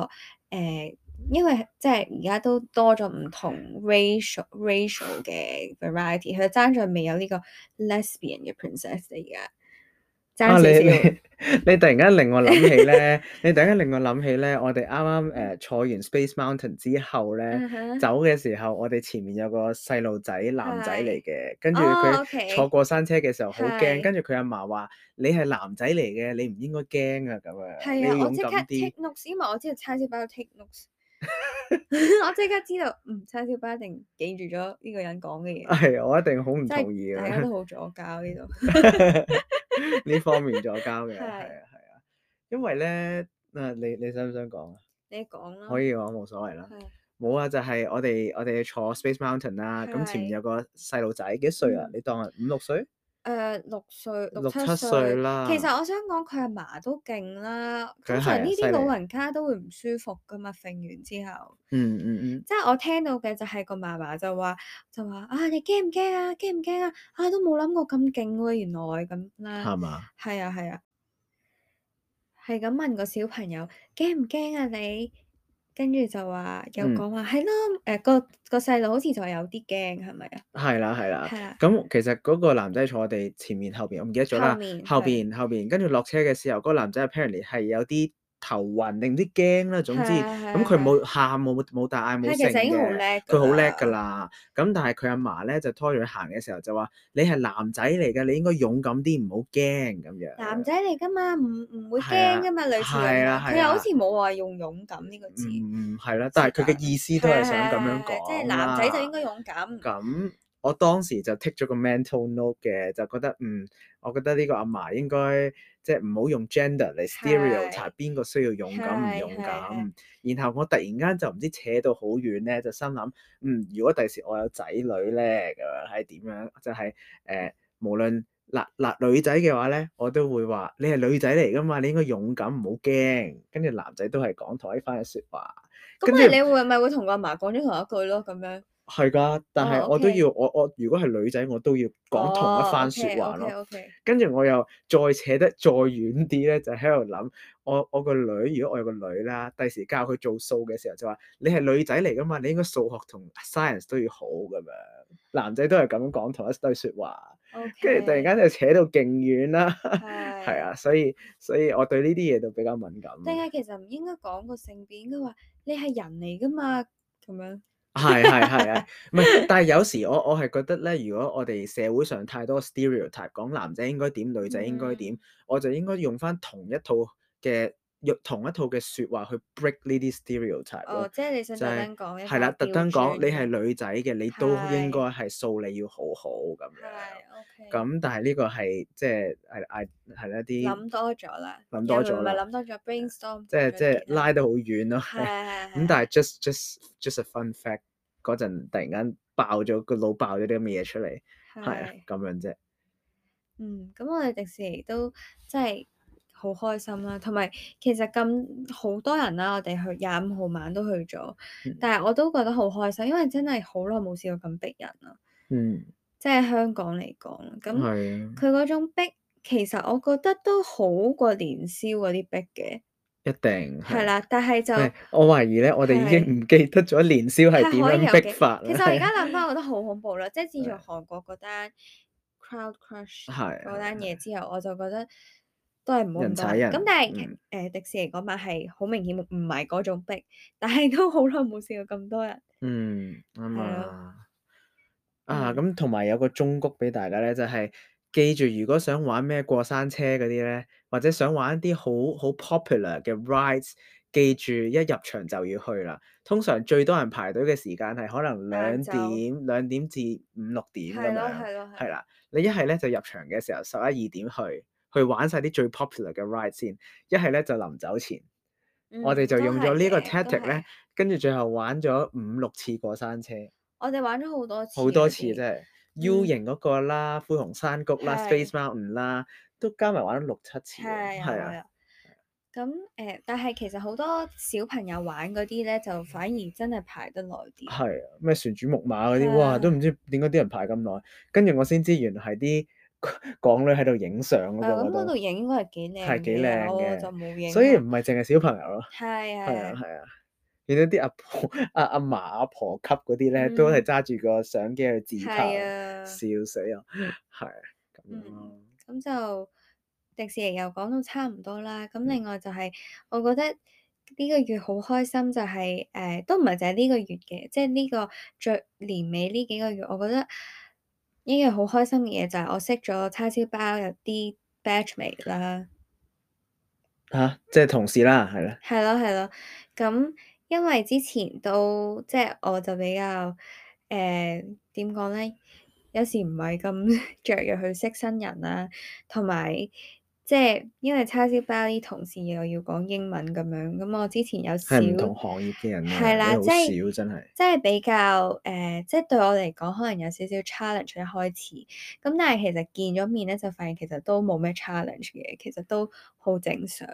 A: 呃因為即係而家都多咗唔同 racial racial 嘅 variety，佢爭在未有呢個 lesbian 嘅 princess 嚟而家
B: 啊
A: 爭
B: 你
A: 少
B: 你
A: 少。
B: 你突 [laughs] 然間令我諗起咧， [laughs] 你突然間令我諗起咧，我哋啱啱誒坐完 Space Mountain 之後咧，
A: 嗯哼，
B: 走嘅時候，我哋前面有個細路仔男仔
A: 係。
B: 嚟嘅，跟住佢
A: 哦
B: 坐
A: ，OK，
B: 過山車嘅時候好驚，
A: 係
B: 跟住佢阿嫲話：你係男仔嚟嘅，你唔應該驚啊咁樣，你
A: 係
B: 要
A: 啊，我
B: 勇
A: 即
B: 敢
A: 刻
B: 啲。
A: take notes，因為我知道叉燒包 take
B: [laughs]
A: notes，我即刻知道，嗯，叉燒包一定記住咗呢個人講嘅嘢，
B: [laughs] 係，我一定好唔
A: 即係
B: 同意
A: 大家
B: 啊！
A: 都好左交呢度。
B: [laughs] 呢方面左交嘅，係
A: 係，
B: 啊係啊，因為咧，啊你你想唔想講啊？
A: 你講
B: 可
A: 啦，
B: 以講冇所謂啦。
A: 係
B: 冇啊，就係我哋我哋坐 Space Mountain 啦，咁前面
A: 係，
B: 有個細路仔幾歲啊？
A: 嗯。
B: 你當係五六歲、
A: 誒呃六歲六
B: 六
A: 七
B: 七歲
A: 歲，其實
B: 啦，
A: 我想講佢阿嫲都勁啦。通
B: 佢係
A: 常
B: 啊，
A: 呢
B: 犀
A: 啲
B: 利
A: 老
B: 啊！
A: 人家都會唔舒服噶嘛，揈完之後，
B: 嗯嗯
A: 即係我聽到嘅就係個嫲嫲就話就話啊，你驚唔驚啊？驚唔驚啊？啊都冇諗過咁勁喎，原來咁
B: 嗯，
A: 啦，
B: 係嘛？
A: 係啊 à 係啊，係咁問個小朋友驚唔驚啊你？跟住就話有
B: 嗯
A: 講話係咯，誒個個細路好似就係有啲驚係咪啊？
B: 係啦，係啦。
A: 係啦，
B: 咁其實嗰個男仔坐我哋前面後邊，我唔記得咗啦
A: 後面。
B: 後
A: 係
B: 邊後邊，跟住落車嘅時候，嗰個男仔 apparently 係有啲頭暈定唔知驚啦。總之，
A: 係啊係
B: 咁
A: 啊
B: 佢
A: 係
B: 冇喊冇冇大嗌冇
A: 係其
B: 剩
A: 實已經好
B: 嘅
A: 叻，㗎
B: 佢好叻㗎。啦。咁但係佢阿嫲咧就拖住佢行嘅時候就話：你係男仔嚟㗎，你應該勇敢啲，唔好驚咁樣。
A: 男仔嚟噶嘛，唔唔會
B: 係啊
A: 驚噶嘛，類似咁
B: 係啊
A: 樣
B: 係
A: 佢又好
B: 啊
A: 似冇話用勇敢呢
B: Ừ,
A: 個字，
B: 嗯嗯，係啦，但係佢嘅意思都
A: 係
B: 係
A: 啊
B: 想
A: 係啊
B: 咁
A: 係
B: 樣
A: 啊係啊即係
B: 講
A: 男仔就
B: 啦
A: 應該勇敢。
B: 咁我當時就 take 咗個 mental note 嘅，就覺得嗯，我覺得呢個阿嫲應該即係唔好用 gender 嚟 stereotype 邊個需要勇敢唔
A: 係
B: 勇
A: 係
B: 敢。然後我突然間就唔知扯到好遠咧，就心諗嗯，如果第時我有仔女咧，咁樣係點樣？就係、誒、無論。嗱嗱，女仔嘅話咧，我都會話你係女仔嚟噶嘛，你應該勇敢，唔好驚。跟住男仔都係講同一番嘅説話，
A: 咁
B: 跟
A: 咪
B: 住
A: 你會咪會同個阿嫲講咗同一句咯，咁樣。
B: 係噶，但
A: 哦
B: 係我都
A: ，OK 哦
B: 要我我如果係女仔，我都要講同一番説話咯。
A: O K
B: 跟住我又再扯得再遠啲咧，就喺度諗我我個女，如果我有個女啦，第時教佢做數嘅時候就話你係女仔嚟噶嘛，你應該數學同 science 都要好咁樣。男仔都係咁講同一堆説話，
A: O K。
B: 跟住突然間就扯到勁遠啦。係
A: 係。
B: 啊，所以所以我對呢啲嘢就比較敏感。
A: 定係其實唔應該講個性別，應該話你係人嚟噶嘛，咁樣。
B: 係係係係，唔係，但係有時我我係覺得咧，如果我哋社會上太多 stereotype 講男仔應該點，女仔應該
A: 嗯
B: 點，我就應該用翻同一套嘅用同一套嘅説話去 break 呢啲 stereotype
A: 哦
B: 咯，，
A: 即係你想
B: 就
A: 特
B: 係
A: 登講一
B: 係啦，
A: 個
B: 特登
A: 調
B: 講
A: 轉
B: 你係
A: 嘅
B: 女仔嘅，你都
A: 係
B: 應該係數你要好好咁樣。
A: 係 OK。
B: 咁但係呢個係即係係係係啦啲
A: 諗多咗啦，
B: 諗多咗
A: 又唔係
B: 啦
A: 諗多咗，brainstorm
B: 即係即係
A: [laughs]
B: 拉得好遠咯。
A: 係係
B: 咁但係 just just just a fun fact 嗰陣突然間爆咗個腦爆咗啲咁嘅嘢出嚟，係啊
A: 係
B: 咁樣啫。
A: 嗯，咁我哋迪士尼都真係好開心啦，同埋其實咁好多人啦，我哋去廿五號晚都去咗，
B: 嗯
A: 但係我都覺得好開心，因為真係好耐冇試過咁逼人啦，
B: 嗯，
A: 即係香港嚟講，咁
B: 係啊，
A: 佢嗰種逼其實我覺得都好過年宵嗰啲逼嘅，
B: 一定
A: 係
B: 係。
A: 啦，但係就
B: 係，我懷疑咧，我哋已經唔記得咗年宵係點
A: 可以有
B: 樣逼
A: 嘅
B: 法
A: 其
B: 啦。
A: 實我而
B: [laughs]
A: 家
B: 係啊
A: 諗翻，我覺得好恐怖啦！即係自從
B: 係啊
A: 韓國嗰單 crowd crush
B: 係
A: 嗰單嘢之後，我就覺得都係唔好
B: 人
A: 咁多
B: 踩人
A: 咁但係誒、
B: 嗯
A: 迪士尼嗰晚係好明顯唔係嗰種逼，但係都好耐冇試過咁多人。
B: 嗯啱
A: 咯
B: 啊。啊，
A: 嗯
B: 咁同埋有個忠告俾大家咧，就係、記住，如果想玩咩過山車嗰啲咧，或者想玩一啲好好 popular 嘅 rides，記住一入場就要去啦。通常最多人排隊嘅時間係可能兩
A: 晏晝
B: 點、兩點至五六點咁
A: 係咯
B: 樣，
A: 係咯
B: 係
A: 係。
B: 啦。你一係咧就入場嘅時候十一二點去，去玩晒啲最 popular 嘅 ride 先；一係咧就臨走前，我哋
A: 嗯
B: 就
A: 都
B: 用咗
A: 係
B: 呢
A: 嘅，
B: 個
A: 都
B: tactic
A: 係
B: 咧，。跟住最後玩咗五六次過山車。
A: 我哋玩咗好多次，啊
B: 好多次真。係
A: [laughs] 嗯
B: U 型嗰個啦、灰熊山谷啦、Space
A: 係
B: Mountain 啦，都加埋玩咗六七次啊，
A: 係
B: 係
A: 啊係
B: 啊，
A: 啊。咁誒、但係其實好多小朋友玩嗰啲咧，就反而真係排得耐啲。
B: 係嗯啊，咩旋轉木馬嗰啲，
A: 係
B: 哇，
A: 啊
B: 都唔知點解啲人排咁耐，跟住我先知原來係啲 [laughs] 港女喺度影相
A: 誒
B: 嗰個
A: 咁
B: 嗰
A: 嗰度
B: 度，
A: 影應該係幾靚
B: 係幾
A: 嘅
B: 靚
A: 啦，我就
B: 嘅，
A: 冇影
B: 所以
A: 啦。
B: 唔係淨係小朋友咯，
A: 係
B: 係啊
A: 係，
B: 係啊。見到啲阿婆、阿阿嫲、阿婆級嗰啲咧，都係
A: 嗯
B: 揸住個相機去自
A: 係
B: 拍，
A: 啊，
B: 笑死我！ [laughs] 係咁樣
A: 嗯，
B: 咯，
A: 咁就迪士尼又講到差唔多啦。
B: 嗯
A: 咁另外就係、我覺得呢個月好開心、就係誒都唔係淨係呢個月嘅，即係呢個最年尾呢幾個月，我覺得一樣好開心嘅嘢就係我識咗叉燒包有啲 batchmate 啦。
B: 嚇、即係同事啦，係啦，
A: 係咯係咯，咁因為之前都即係我就比較誒點講咧，有時唔係咁 [laughs] 雀躍去識新人啦，同埋即係因為叉燒包啲同事又要講英文咁樣，咁我之前有少
B: 係唔同行業嘅人啊，
A: 係啦，
B: 你好
A: 即係
B: 少真係。
A: 即係比較誒、即係對我嚟講可能有少少 challenge 一開始，咁但係其實見咗面咧就發現其實都冇咩 challenge 嘅，其實都好正常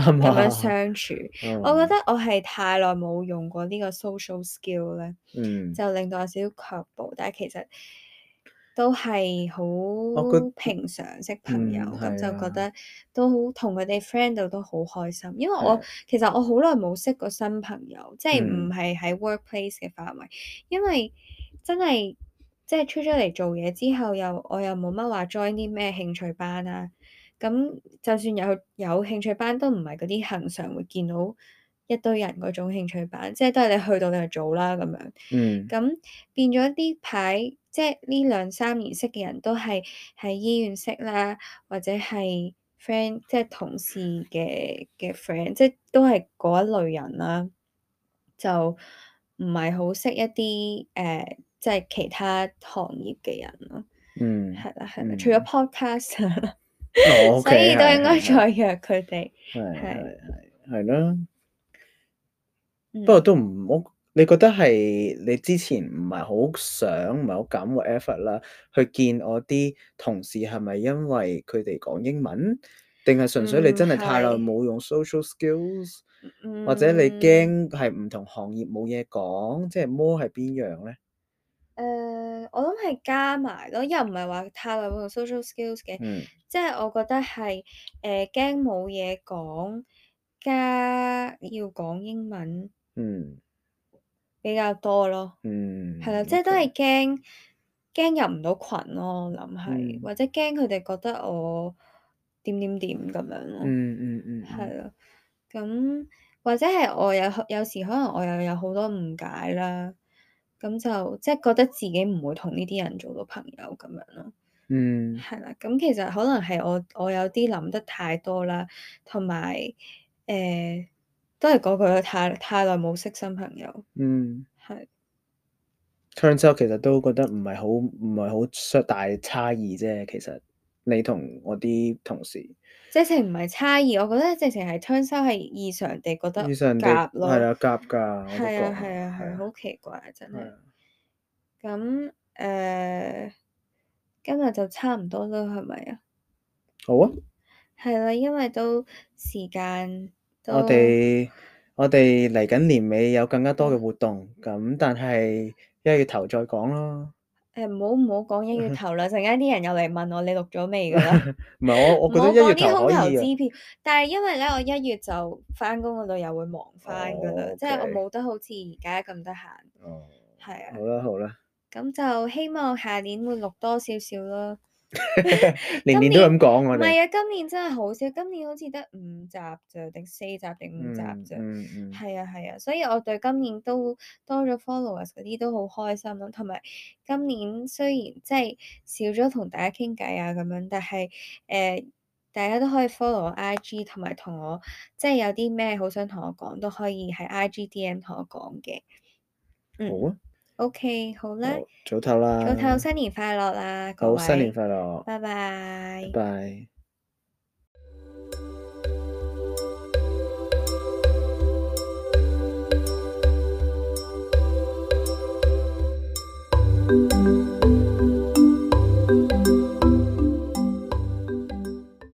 A: [laughs] 咁
B: [laughs]
A: 樣
B: 啊，
A: 相處。我覺
B: 嗯
A: 得我係太耐冇用過呢個 social skill 咧，
B: 嗯，
A: 就令到我少少卻步。但係其實都係好
B: 覺
A: 平常識朋友，
B: 嗯
A: 咁
B: 係
A: 就
B: 啊
A: 覺得都好同佢哋 friend 到都好開心。因為我
B: 係
A: 其實我好耐冇識過新朋友，即係
B: 嗯
A: 唔係喺 workplace 嘅範圍，因為真係即係出咗嚟做嘢之後，又我又冇乜話 join 啲咩興趣班啊。咁就算有有興趣班，都唔係嗰啲恒常會見到一堆人嗰種興趣班，即係都係你去到你去做啦咁樣。
B: 嗯
A: 咁變咗呢排，即係呢兩三年識嘅人都係喺醫院識啦，或者係 friend，即係同事嘅嘅 friend，即係都係嗰一類人啦。就唔係好識一啲誒、呃即係其他行業嘅人咯。
B: [laughs] 嗯
A: 係啦，係啦，除咗
B: 嗯，
A: [laughs] podcast，啊
B: 哦
A: 所以
B: OK，
A: 都
B: 係
A: 應該
B: 係係
A: 再約佢哋。係，
B: 係係係啦。不過
A: 嗯。
B: 都唔我，你覺得係你之前唔係好想，唔係好敢個 effort 啦，去見我啲同事係咪因為佢哋講英文，定係純粹你
A: 嗯，
B: 真係太耐
A: 係，
B: 冇用 social skills，或者你
A: 嗯，
B: 驚係唔同行業冇嘢講，即係 more 係邊樣咧？
A: 誒、呃我諗係加埋咯，又唔係話太耐冇用 social skills 嘅，
B: 嗯
A: 即係我覺得係誒驚冇嘢講，加要講英文
B: 嗯
A: 比較多咯，係啦，
B: 嗯
A: 即係都
B: ，OK，
A: 係驚驚入唔到群咯，我諗係，
B: 嗯
A: 或者驚佢哋覺得我點點點咁樣咯，
B: 嗯嗯嗯嗯，
A: 係啦，咁或者係我有有時可能我又有好多誤解啦。咁就即係覺得自己唔會同呢啲人做到朋友咁樣咯，
B: 嗯
A: 係啦。咁其實可能係我我有啲諗得太多啦，同埋誒都係嗰句啦，太太耐冇識新朋友，
B: 嗯。
A: 係
B: Turns out 其實都覺得唔係好唔係好出大差異啫。其實你同我啲同事，
A: 即係唔係差異，我覺得直情係 turn 收係異常地覺得
B: 以上地
A: 夾
B: 係
A: 咯，
B: 啊夾㗎，我都
A: 係啊係
B: 覺啊，
A: 啊
B: 係
A: 係啊，
B: 啊
A: 好奇怪真
B: 係
A: 係。
B: 啊，
A: 咁誒、呃今日就差唔多啦，係咪啊？
B: 好啊，
A: 係啦，因為都時間
B: 我
A: 都。
B: 哋我哋嚟緊年尾有更加多嘅
A: 嗯
B: 活動，咁但係一月頭再講咯。
A: 誒唔好唔好
B: [laughs]
A: 講一月頭啦，陣間啲人又嚟問我你錄咗未㗎啦，
B: 唔係 [laughs] 我我
A: 唔
B: 覺
A: 好
B: 得一月
A: 講啲
B: 頭
A: 空
B: 可
A: 頭
B: 以啊。
A: 支票。但係因為咧，我一月就翻工嗰度又會忙翻㗎啦，
B: 哦
A: 即係我
B: ，OK，
A: 冇得好似而家咁得閒，
B: 哦，
A: 係啊。
B: 好啦好啦，
A: 咁就希望下年會錄多少少啦。
B: 年
A: 今
B: 年都
A: 年
B: 咁講
A: 唔
B: 我哋。
A: 係啊，今年真係好少，今年好似得五集咋，定四集定五集
B: 嗯
A: 咋。
B: 嗯嗯
A: 係啊係啊，所以我對今年都多咗 followers 嗰啲都好開心咯，同埋今年雖然即係少咗同大家傾偈啊咁樣，但係誒、呃大家都可以 follow 我 IG，同埋同我即係有啲咩好想同我講都可以喺 IG DM 同我講嘅。
B: 好
A: 嗯
B: 啊，
A: ，OK，好啦，
B: 好早唞
A: 早唞，
B: 啦。
A: 新年快樂啦，各
B: 好，新年
A: 位，
B: 快樂，
A: 拜
B: 拜
A: 拜。
B: 拜。